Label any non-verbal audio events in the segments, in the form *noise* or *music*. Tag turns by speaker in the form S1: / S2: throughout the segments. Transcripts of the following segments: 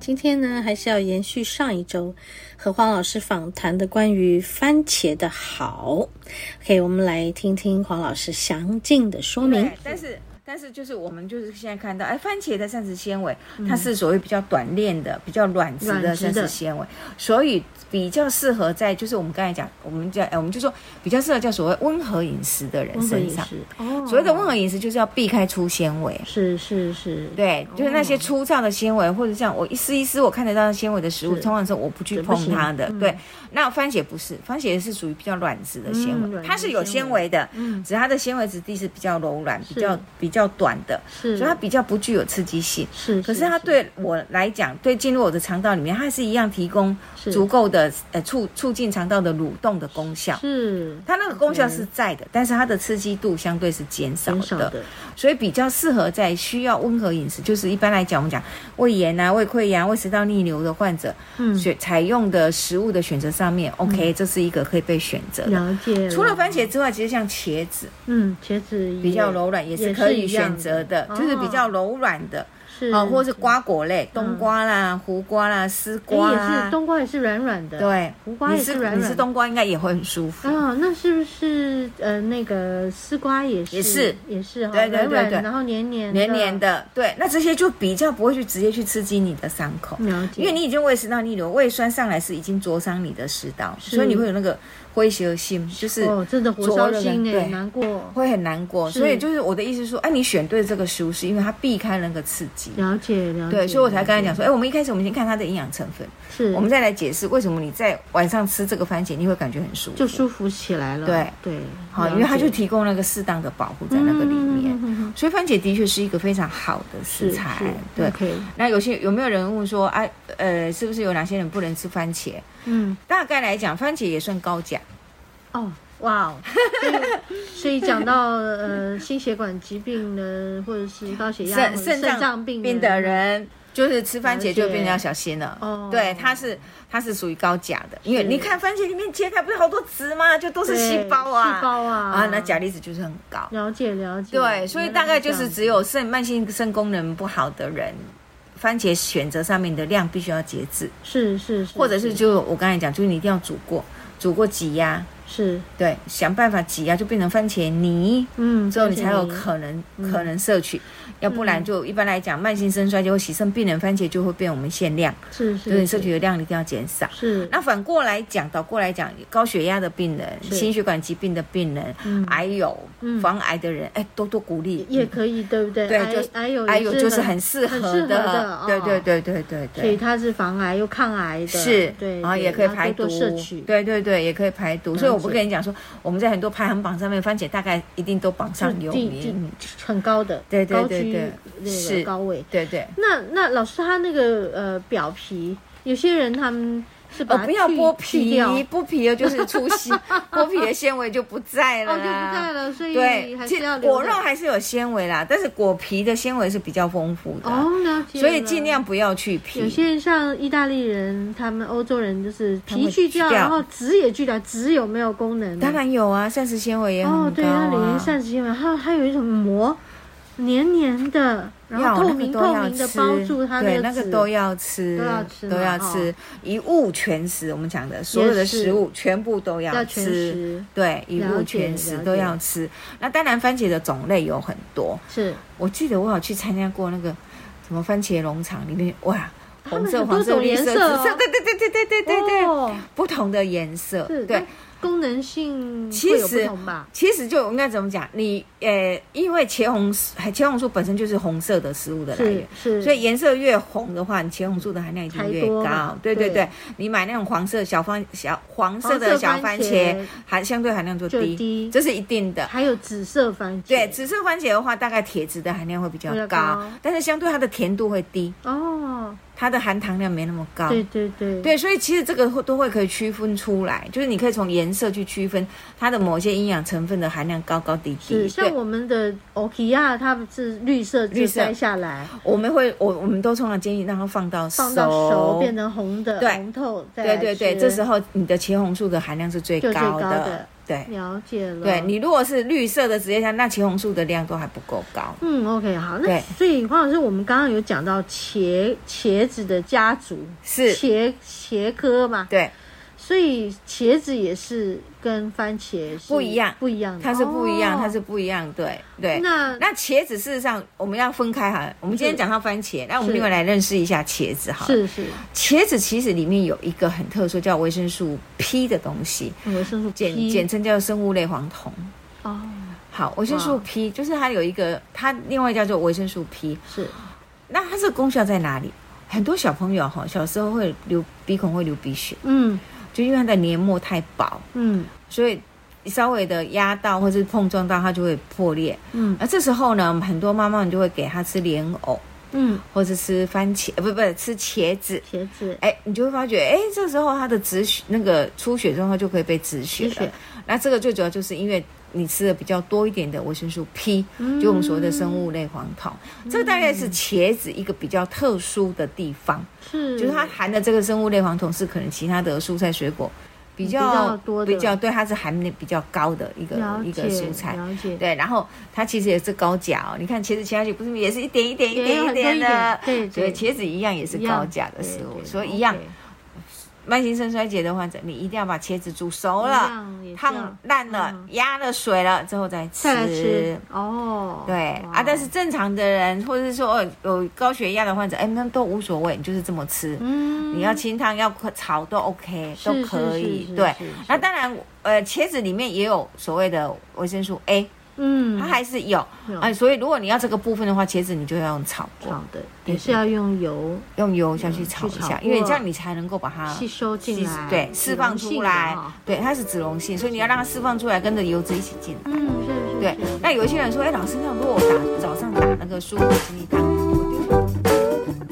S1: 今天呢还是要延续上一周和黄老师访谈的关于番茄的好。OK，我们来听听黄老师详尽的说明
S2: 对。，但是但是就是我们就是现在看到，哎，番茄的膳食纤维，它是所谓比较短链的、比较软
S1: 嗯
S2: 质
S1: 软
S2: 的
S1: 质的
S2: 膳食纤维，所以比较适合在就是我们刚才讲，我们叫哎，我们就说比较适合叫所谓温和饮食的人
S1: 温和饮
S2: 身上。
S1: 食，哦
S2: 所谓的温和饮食，就是要避开粗纤维。
S1: 是是是，
S2: 对，就是那些粗糙的纤维，或者像我一丝一丝我看得到的纤维的食物，
S1: 是
S2: 通常是我不去
S1: 不
S2: 碰
S1: 行
S2: 它的。
S1: 嗯
S2: 对，那番茄不是，番茄是属于比较软质的纤
S1: 嗯
S2: 维，
S1: 软质
S2: 它是有
S1: 纤
S2: 纤
S1: 维
S2: 维的，
S1: 嗯
S2: 只是它的纤维质地是比较柔软、
S1: 是
S2: 比较比较短的，
S1: 是，
S2: 所以它比较不具有刺激性。
S1: 是，
S2: 可是它对我来讲，对进入我的肠道里面，它是一样提供
S1: 是
S2: 足够的呃促促进肠道的蠕动的功效。
S1: 是
S2: 它那个功效
S1: OK
S2: 是在的，但是它的刺激度相对是减少
S1: 很少
S2: 的。
S1: 的，
S2: 所以比较适合在需要温和饮食，就是一般来讲，我们讲胃炎啊、胃溃疡、胃食道逆流的患者，
S1: 嗯，
S2: 选采用的食物的选择上面，OK，这是一个可以被选择的。
S1: 了解了。
S2: 除了番茄之外，其实像茄子
S1: 嗯，茄子也
S2: 比较柔软，也是可以选择的，
S1: 也是一样的哦嗯
S2: 就是比较柔软的
S1: 是
S2: 啊，或是瓜果类，冬瓜啦、胡瓜啦、丝
S1: 哎
S2: 瓜
S1: 嗯也是
S2: 啦，
S1: 冬瓜也是软软的，
S2: 对，
S1: 胡瓜也
S2: 你
S1: 是
S2: 吃
S1: 软软
S2: 你吃冬瓜应该也会很舒服。
S1: 哦，那是不是呃那个丝瓜也是
S2: 也是
S1: 也是哈、
S2: 对对
S1: 软软
S2: 对对
S1: 然后黏黏
S2: 黏黏，的，对，那这些就比较不会去直接去刺激你的伤口。
S1: 了解，
S2: 因为你已经胃食道逆流，胃酸上来是已经灼伤你的食道，
S1: 是
S2: 所以你会有那个灰邪心，就是
S1: 哦真的火烧心哎，
S2: 灼热的对
S1: 难过，
S2: 会很难过。
S1: 是
S2: 所以就是我的意思是说，哎、你选对这个食物是因为它避开那个刺激。
S1: 了解嗯了解，
S2: 对，所以我才刚才讲说，
S1: 了
S2: 哎、我们一开始我们先看它的营养成分，
S1: 解是
S2: 我们再来解释为什么你在晚上吃这个番茄，你会感觉很舒服。
S1: 就舒服起来了，嗯
S2: 对
S1: 对，
S2: 好，因为它就提供那个适当的保护在那个里面，所以番茄的确是一个非常好的食材。对，
S1: 可以，
S2: 那有些有没有人问说，哎、呃，是不是有哪些人不能吃番茄？
S1: 嗯，
S2: 大概来讲，番茄也算高钾。
S1: 哦。哇
S2: *laughs*
S1: 哦，所以所以讲到呃心血管疾病呢，或者是高血压、
S2: 肾
S1: 或者
S2: 肾
S1: 肾
S2: 脏
S1: 脏病
S2: 病的，人，就是吃番
S1: 了嗯
S2: 茄
S1: 解
S2: 就变得要小心了。
S1: 哦
S2: 对，它是它是属于高钾的，因为
S1: 是
S2: 你看番茄里面切开不是好多籽吗？就都
S1: 对
S2: 是细胞啊，
S1: 细胞啊，
S2: 啊，那钾离子就是很高。
S1: 了解了解，
S2: 对，所以大概就是只
S1: 原来
S2: 有肾慢性肾功能不好的人。番茄选择上面的量必须要节制，
S1: 这样是是是，
S2: 或者是就我刚才讲，就是你一定要煮过，煮过挤压，
S1: 是
S2: 对，想办法挤压就变成番茄泥，
S1: 嗯，
S2: 之后你才有
S1: 谢谢
S2: 可能
S1: 嗯
S2: 可能摄取，要不然就一般来讲，慢性肾衰竭或洗肾病人番茄就会变我们限量，
S1: 是是
S2: 所以你摄取的量一定要减少。
S1: 是
S2: 那反过来讲，倒过来讲，高血压的病人、
S1: 是
S2: 心血管疾病的病人、
S1: 嗯
S2: 癌友
S1: 嗯、
S2: 防癌的人，哎，多多鼓励。
S1: 也可以对不对？
S2: 对
S1: 癌
S2: 就是
S1: 癌友
S2: 癌友
S1: 也
S2: 哎就是很适
S1: 很
S2: 合
S1: 适合的
S2: 的
S1: 哦，
S2: 对对对对对
S1: 所以
S2: 对。
S1: 它是防癌又抗癌的，
S2: 是，
S1: 对，
S2: 然后
S1: 对
S2: 也可以
S1: 然
S2: 排
S1: 多多
S2: 毒
S1: 摄取，，嗯
S2: 对对对，也可以排毒。
S1: 了
S2: 所以我不
S1: 解
S2: 跟你讲说，我们在很多排行榜上面，番茄大概一定都榜
S1: 是
S2: 上有
S1: 第第
S2: 名。
S1: 很高的，
S2: 对对
S1: 高
S2: 对
S1: 居
S2: 对
S1: 那个
S2: 是
S1: 高位。
S2: 对对，
S1: 那那老师他那个呃表皮，有些人他们是把
S2: 哦，
S1: 它
S2: 不要
S1: 去
S2: 剥
S1: 去
S2: 皮
S1: 掉，哦，
S2: 剥皮了就是粗
S1: *laughs*
S2: 细，剥皮的纤维就不在
S1: 哦就
S2: 了
S1: 不
S2: 啦。
S1: 在了，所以
S2: 对
S1: 还，是
S2: 其实
S1: 要留
S2: 果
S1: 着
S2: 肉还是有纤维啦，但是果皮的纤维是比较丰富的，
S1: 哦，了解了，
S2: 所以尽量不要去
S1: 有
S2: 皮。
S1: 些人像意大利人，他们欧洲人就是
S2: 他
S1: 皮
S2: 会
S1: 去
S2: 去
S1: 掉，
S2: 掉
S1: 然后籽也去掉，籽有没有功能呢？
S2: 当然有啊，膳食纤维也很高啊。
S1: 哦，对，它里面膳食纤维，还有还有一种膜，黏黏的，然
S2: 要
S1: 后透明
S2: 那个都
S1: 透
S2: 要
S1: 明的
S2: 吃
S1: 包住它
S2: 对，
S1: 的
S2: 那个
S1: 籽
S2: 都要吃，
S1: 都要吃嘛哦
S2: 都要吃，一物全食。我们讲的所有的
S1: 是
S2: 食物全部都要
S1: 要全
S2: 吃，
S1: 食，
S2: 对，一
S1: 了
S2: 物
S1: 解
S2: 全食
S1: 了
S2: 都
S1: 解
S2: 要吃。那当然，番茄的种类有很多，
S1: 是
S2: 我记得我有去参加过那个什么番茄农场里面，哇，
S1: 他
S2: 红
S1: 们
S2: 色、
S1: 很多
S2: 黄色、
S1: 种
S2: 绿
S1: 颜
S2: 色、
S1: 色哦
S2: 紫色，对对对对对对对对，
S1: 哦
S2: 不同的颜色
S1: 是，
S2: 对
S1: 那。功能性
S2: 其
S1: 会有不
S2: 实
S1: 同吧？
S2: 其实就应该怎么讲？你呃，因为茄红素哎茄红素本身就是红色的食物的来
S1: 是
S2: 源，
S1: 是，
S2: 所以颜色越红的话，你茄红素的含量一定
S1: 才
S2: 越
S1: 嗯多嘛
S2: 高。对对
S1: 对
S2: 对，你买那种黄色小番小黄
S1: 黄
S2: 色的小
S1: 番
S2: 番茄，含相对含量就
S1: 就
S2: 低，
S1: 低
S2: 这是一定的。
S1: 还有紫色番茄，
S2: 对，紫色番茄的话，大概铁质的含量会比较
S1: 比较
S2: 高
S1: 高，
S2: 但是相对它的甜度会低。
S1: 哦，
S2: 它的含糖量没那么高。
S1: 对对对，
S2: 啊对，所以其实这个会都会可以区分出来，就是你可以从颜色去区分它的某些营养成分的含量高高低低。
S1: 是嗯像
S2: 对，
S1: 我们的 Okia，它们是绿色就
S2: 绿色
S1: 摘下来，
S2: 我们会我我们都通常建议让它放到
S1: 放到熟变成红的
S2: 对
S1: 红透，再
S2: 对
S1: 来
S2: 对对，
S1: 吃
S2: 这时候你的茄红素的含量是最
S1: 就最
S2: 高
S1: 高
S2: 的。
S1: 的，
S2: 对
S1: 了解了。
S2: 对，你如果是绿色的直接下，那茄红素的量都还不够高。
S1: 嗯，OK，好，那
S2: 对
S1: 所以黄老师，我们刚刚有讲到茄茄子的家族
S2: 是，
S1: 茄茄科嘛，
S2: 对，
S1: 所以茄子也是跟番茄是
S2: 不一样
S1: 不一样的，
S2: 它是不一样，
S1: 哦
S2: 它是不一样。对对。
S1: 那
S2: 那茄子事实上我们要分开哈，我们今天
S1: 是
S2: 讲到番茄，那我
S1: 是
S2: 们另外来认识一下茄子好了。
S1: 是是
S2: 茄子其实里面有一个很特殊叫维生素 P 的东西，
S1: 维生素
S2: 简
S1: P
S2: 简称叫生物类黄酮。
S1: 哦，
S2: 好，维生素
S1: 哇
S2: P 就是它有一个，它另外叫做维生素 P。
S1: 是
S2: 那它这个功效在哪里？很多小朋友哈，小时候会流鼻孔会流鼻血，
S1: 嗯
S2: 就因为它的黏膜太薄，
S1: 嗯
S2: 所以稍微的压到或是碰撞到它就会破裂。
S1: 嗯
S2: 而这时候呢，很多妈妈们就会给它吃莲藕，
S1: 嗯，
S2: 或是吃番茄，呃不不吃茄子。
S1: 茄子
S2: 哎，你就会发觉，哎，这时候它的止血那个出血状况就可以被止血
S1: 止
S2: 了。
S1: 血，
S2: 那这个最主要就是因为你吃的比较多一点的维生素 P，、
S1: 嗯
S2: 就我们所谓的生物类黄酮，这个大概是茄子一个比较特殊的地方，
S1: 嗯是
S2: 就是它含的这个生物类黄酮是可能其他的蔬菜水果比较
S1: 嗯比较多的
S2: 比较对它是含量比较高的一个
S1: 了
S2: 一
S1: 解
S2: 个蔬菜。
S1: 了解。
S2: 对，然后它其实也是高钾哦。你看茄子、其他去不是也是一点一点一
S1: 也有
S2: 点
S1: 很多
S2: 点的，
S1: 对
S2: 所以
S1: 对，
S2: 茄子一样也是
S1: 一样
S2: 高钾的
S1: 对
S2: 食物，
S1: 对
S2: 所以一样
S1: OK，
S2: 慢性肾衰竭的患者，你一定要把茄子煮熟
S1: 一
S2: 了、
S1: 样也这
S2: 烫
S1: 样
S2: 烂了
S1: 嗯、
S2: 压了水了之后再吃。
S1: 再来吃哦，
S2: 对
S1: 哇
S2: 啊，但是正常的人，或者是说哦有高血压的患者，哎，那都无所谓，你就是这么吃。
S1: 嗯，
S2: 你要清汤要炒都 OK，
S1: 是
S2: 都可以
S1: 是。是
S2: 对
S1: 是是，
S2: 那当然，呃，茄子里面也有所谓的维生素 A，
S1: 嗯，
S2: 它还是有。
S1: 有
S2: 哎，所以如果你要这个部分的话，茄子你就要用炒过，
S1: 炒的
S2: 对
S1: 也是要用油
S2: 用油下去
S1: 嗯
S2: 炒
S1: 去
S2: 一
S1: 炒
S2: 下，
S1: 过
S2: 因为这样你才能够把它
S1: 吸收进
S2: 啊吸
S1: 来，
S2: 对，释放出来
S1: 油性的哈，
S2: 对，它是脂溶性，所以你要让它释放出来，跟着油脂一起进来。
S1: 嗯，是是是。
S2: 对，那有一些人说，哎，老师，那如果我打早上打那个蔬果精力汤，我就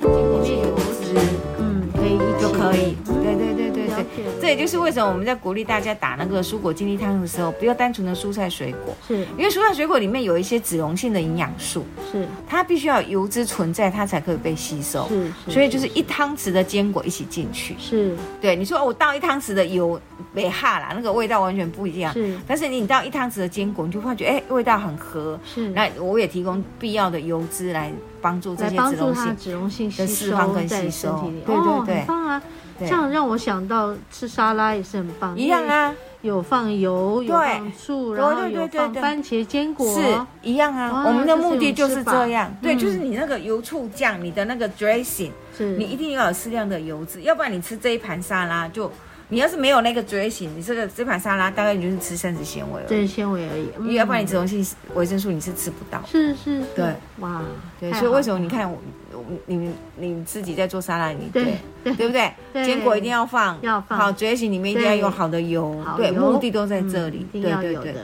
S2: 经过去油脂
S1: 嗯，可以一起
S2: 就可以。对对对对
S1: 了解
S2: 对。
S1: 了
S2: 这也就是为什么我们在鼓励大家打那个蔬果精力汤的时候，不要单纯的蔬菜水果，
S1: 是
S2: 因为蔬菜水果里面有一些脂溶性的营养素，
S1: 是
S2: 它必须要有油脂存在，它才可以被吸收。
S1: 是，
S2: 所以就是一汤匙的坚果一起进去。
S1: 是
S2: 对，你说哦我倒一汤匙的油没哈啦，那个味道完全不一样。
S1: 是
S2: 但是你倒一汤匙的坚果，你就发觉哎、味道很合。
S1: 是，
S2: 那我也提供必要的油脂来帮助这
S1: 来
S2: 些
S1: 帮
S2: 脂
S1: 助
S2: 溶
S1: 它的
S2: 性。
S1: 脂溶性吸
S2: 的释放
S1: 收
S2: 跟
S1: 在
S2: 吸
S1: 身
S2: 收
S1: 体里，
S2: 对对
S1: 哦，
S2: 对
S1: 很棒啊！这
S2: 对
S1: 样让我想到吃沙拉也是很棒，
S2: 一样，啊，
S1: 有放油，有
S2: 对
S1: 放醋，
S2: 对
S1: 然后
S2: 对
S1: 有
S2: 对对
S1: 放
S2: 对
S1: 番茄、坚果，
S2: 是一样啊。
S1: 哇
S2: 我们的
S1: 这是
S2: 目的
S1: 一种
S2: 就
S1: 吃
S2: 是
S1: 法
S2: 这样，对，
S1: 嗯
S2: 就是你那个油醋酱，你的那个 dressing，
S1: 是
S2: 你一定要有适量的油脂，要不然你吃这一盘沙拉就，你要是没有那个 dressing，你这个这盘沙拉大概你就是吃膳食纤维而已，
S1: 这是纤维而已，嗯
S2: 要不然你脂溶性维生素你是吃不到的。
S1: 是是，是
S2: 对，
S1: 哇，
S2: 对，
S1: 太
S2: 所以为
S1: 好
S2: 什么
S1: 了
S2: 你看我我你你自己在做沙拉，你
S1: 对
S2: 对
S1: 对
S2: 对不对？
S1: 对
S2: 坚果一定要放，
S1: 要放
S2: 好，觉醒里面一定要有好的油，
S1: 对
S2: 对，
S1: 好油
S2: 目的都在这
S1: 嗯
S2: 里
S1: 一，定
S2: 对
S1: 要
S2: 对
S1: 有
S2: 对
S1: 的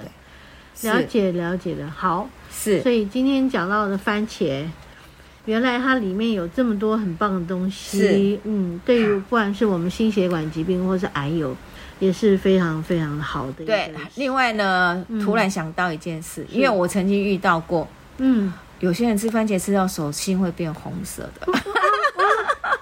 S2: 对，
S1: 了
S2: 是
S1: 解了解了，好。所
S2: 是，
S1: 以今天讲到的番茄，原来它里面有这么多很棒的东西
S2: 是。
S1: 嗯，对于不管是我们心血管疾病或是癌友，也是非常非常好的一个
S2: 对，嗯另外呢，突然想到一件事，因为我曾经遇到过，
S1: 嗯，
S2: 有些人吃番茄吃到手心会变红色 *laughs* 的，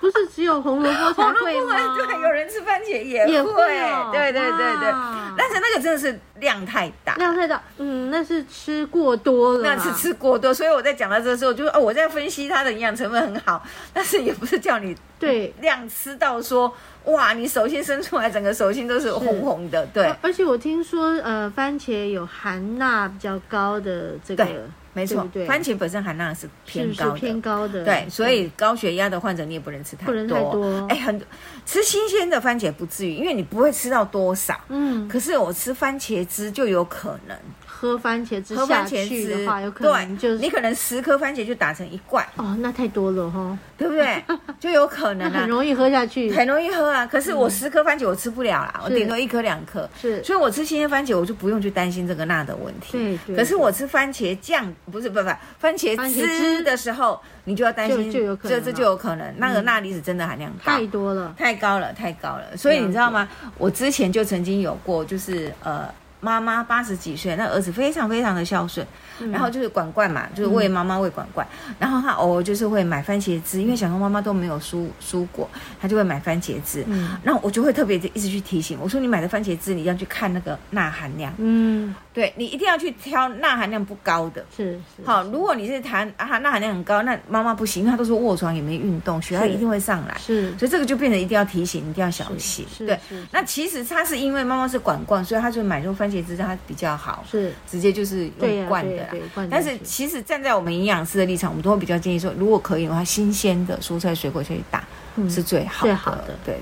S1: 不是只有红萝卜才会吗？
S2: 对， *laughs* 有人吃番茄也
S1: 也
S2: 会，
S1: 会哦
S2: 对对对对
S1: 哇，
S2: 但是那个真的是量太大。
S1: 量太大，嗯，那是吃过多了
S2: 那
S1: 啦，
S2: 是吃过多，所以我在讲到这个时候，我就哦，我在分析它的营养成分很好， *laughs* 但是也不是叫你
S1: 对。
S2: 量吃到说哇，你手心伸出来，整个手心都是哦红红的，对，
S1: 而且我听说，呃，番茄有含钠比较高的这
S2: 对
S1: 个，
S2: 没错
S1: 对不，对
S2: 番茄本身含钠是
S1: 是
S2: 偏
S1: 不是
S2: 高的，
S1: 偏高的？
S2: 对，所以高血压的患者你也不能吃太
S1: 不
S2: 多，
S1: 能太多
S2: 哎，很多吃新鲜的番茄不至于，因为你不会吃到多少。
S1: 嗯，
S2: 可是我吃番茄汁就有可能，
S1: 喝番茄汁
S2: 喝番
S1: 下
S2: 茄
S1: 去
S2: 汁
S1: 的话，有可
S2: 对
S1: 能，就是
S2: 你可能十颗番茄就打成一罐，
S1: 哦，那太多了哈，
S2: 对
S1: *laughs*
S2: 不对？就有可
S1: 那
S2: 能
S1: 很
S2: 啊，
S1: 容易喝下去。
S2: 很容易喝啊。可是我十颗番茄我吃不了啦，我
S1: 是
S2: 顶多一颗两颗，
S1: 是，
S2: 所以我吃新鲜番茄我就不用去担心这个钠的问题。
S1: 对对。
S2: 可是我吃番茄酱不是不不番茄
S1: 番茄
S2: 汁
S1: 汁
S2: 的时候，你就要担心，
S1: 就就有可能
S2: 这这
S1: 了嗯
S2: 就有可能那个钠离子真的含量高。
S1: 太多了，
S2: 太高了，太高了。所以你知道吗？我之前就曾经有过，就是呃，妈妈八十几岁，那儿子非常非常的孝顺，
S1: 嗯
S2: 然后就是管管嘛，就是喂妈妈喂管管，然后他偶尔就是会买番茄汁，因为想说妈妈都没有蔬蔬果，他就会买番茄汁。
S1: 嗯
S2: 然后我就会特别地一直去提醒我说，你买的番茄汁，你要去看那个钠含量，
S1: 嗯，
S2: 对你一定要去挑钠含量不高的。
S1: 是是
S2: 好，如果你是痰啊钠含量很高，那妈妈不行，因为她都是卧床也没运动，血压
S1: 是
S2: 一定会上来。
S1: 是
S2: 所以这个就变成一定要提醒，一定要小心
S1: 是。是
S2: 对，
S1: 是
S2: 那其实它是因为妈妈是管罐，所以她就买用番茄汁，它比较好，
S1: 是
S2: 直接就是
S1: 对
S2: 用
S1: 呀
S2: 罐
S1: 对
S2: 的啦。
S1: 对灌
S2: 但
S1: 进
S2: 是
S1: 去
S2: 其实站在我们营养师的立场，我们都会比较建议说，如果可以的话，新鲜的蔬菜水果下去打、
S1: 嗯
S2: 是最好的。
S1: 最好的
S2: 对对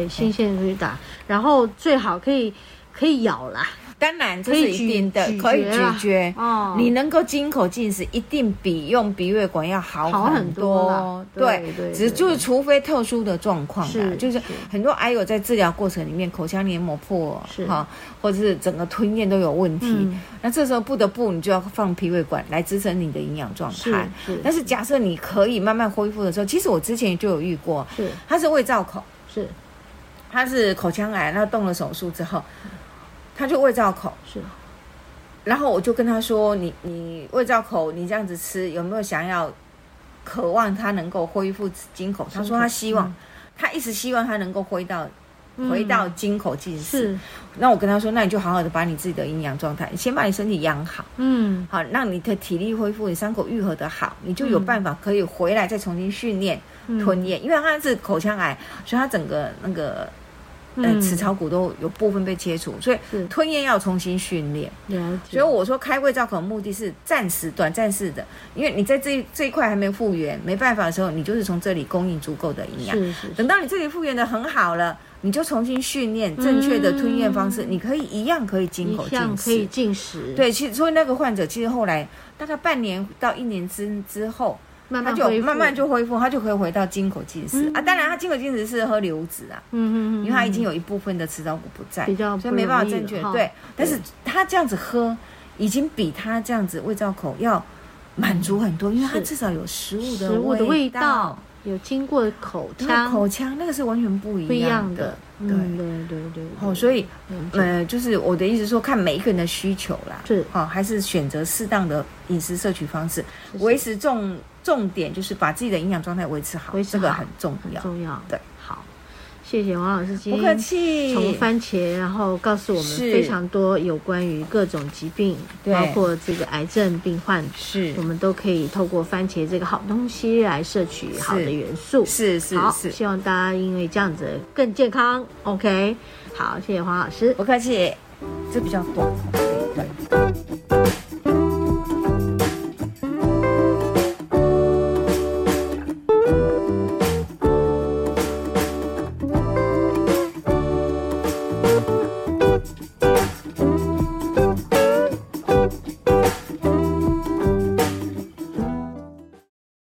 S1: 对新鲜的去打，然后最好可以可以咬啦，
S2: 对。当然这
S1: 可以
S2: 是一定的，
S1: 咀
S2: 可以
S1: 咀嚼啦
S2: 咀嚼。啊
S1: 哦，
S2: 你能够金口进食，一定比用鼻胃管要好
S1: 好
S2: 很
S1: 很多啦
S2: 对
S1: 对对
S2: 只
S1: 对
S2: 就是除非特殊的状况啦
S1: 是
S2: 就是
S1: 是
S2: 很多癌友在治疗过程里面，口腔黏膜破
S1: 是
S2: 哈，或者是整个吞咽都有问题，
S1: 嗯
S2: 那这时候不得不你就要放脾胃管来支撑你的营养状
S1: 是
S2: 态。
S1: 是
S2: 但是假设你可以慢慢恢复的时候，其实我之前就有遇过，
S1: 是
S2: 他是胃造口，
S1: 是
S2: 他是口腔癌，那动了手术之后，他就胃造口。
S1: 是
S2: 然后我就跟他说：“你你胃造口，你这样子吃，有没有想要渴望它能够恢复金口？”他说他希
S1: 嗯
S2: 望，他一直希望他能够回到回到金口进食。
S1: 是
S2: 那我跟他说：“那你就好好的把你自己的营养状态，你先把你身体养好，
S1: 嗯
S2: 好让你的体力恢复，你伤口愈合的好，你就有
S1: 嗯
S2: 办法可以回来再重新训练
S1: 嗯
S2: 吞咽。因为他是口腔癌，所以他整个那个呃
S1: 嗯
S2: 齿槽骨都有部分被切除，所以
S1: 是
S2: 吞咽要重新训练。”
S1: 了解，
S2: 所以我说开胃造口的目的是暂时、短暂式的，因为你在这一这一块还没复原，没办法的时候，你就是从这里供应足够的营养。
S1: 是是
S2: 等到你这里复原的很好了，你就重新训练正确的吞咽方式，你可以一样可以进口
S1: 嗯一
S2: 进
S1: 项可以
S2: 食。
S1: 进食，，
S2: 对，其实所以那个患者其实后来大概半年到一年之之后，
S1: 慢
S2: 他
S1: 慢
S2: 就
S1: 恢复
S2: 慢慢就恢复，他就可以回到进口进食、
S1: 嗯
S2: 啊。当然，他进口进食是喝流质啊，
S1: 嗯嗯嗯，
S2: 因为他已经有一部分的吃藻骨不在，
S1: 比较
S2: 所以没办法正
S1: 不容
S2: 确
S1: 易了哈
S2: 对。但是他这样子喝，已经比他这样子胃造口要满足很多，因为他
S1: 是
S2: 至少有食物的
S1: 食物的味
S2: 道
S1: 道，有经过口
S2: 对
S1: 腔
S2: 口腔那个是完全不
S1: 不
S2: 一
S1: 一
S2: 样
S1: 样
S2: 的
S1: 的。，
S2: 对
S1: 嗯对对对，
S2: 哦，
S1: 对
S2: 所以，
S1: 了解
S2: 呃，就是我的意思说，看每一个人的需求啦，
S1: 是
S2: 哦，还是选择适当的饮食摄取方式，
S1: 是是
S2: 维持重重点就是把自己的营养状态维持好，
S1: 维持
S2: 这个
S1: 好
S2: 很重
S1: 很
S2: 要。
S1: 重要，
S2: 对，
S1: 好，谢谢王老师今
S2: 不客
S1: 天
S2: 气，
S1: 从番茄，然后告诉我们
S2: 是
S1: 非常多有关于各种疾病，
S2: 对
S1: 包括这个癌症病患。
S2: 是
S1: 我们都可以透过番茄这个好东西来摄取好的元素。
S2: 是是
S1: 好，
S2: 是，
S1: 希望大家因为这样子更健康。OK，好，谢谢黄老师。
S2: 不客气，这比较短。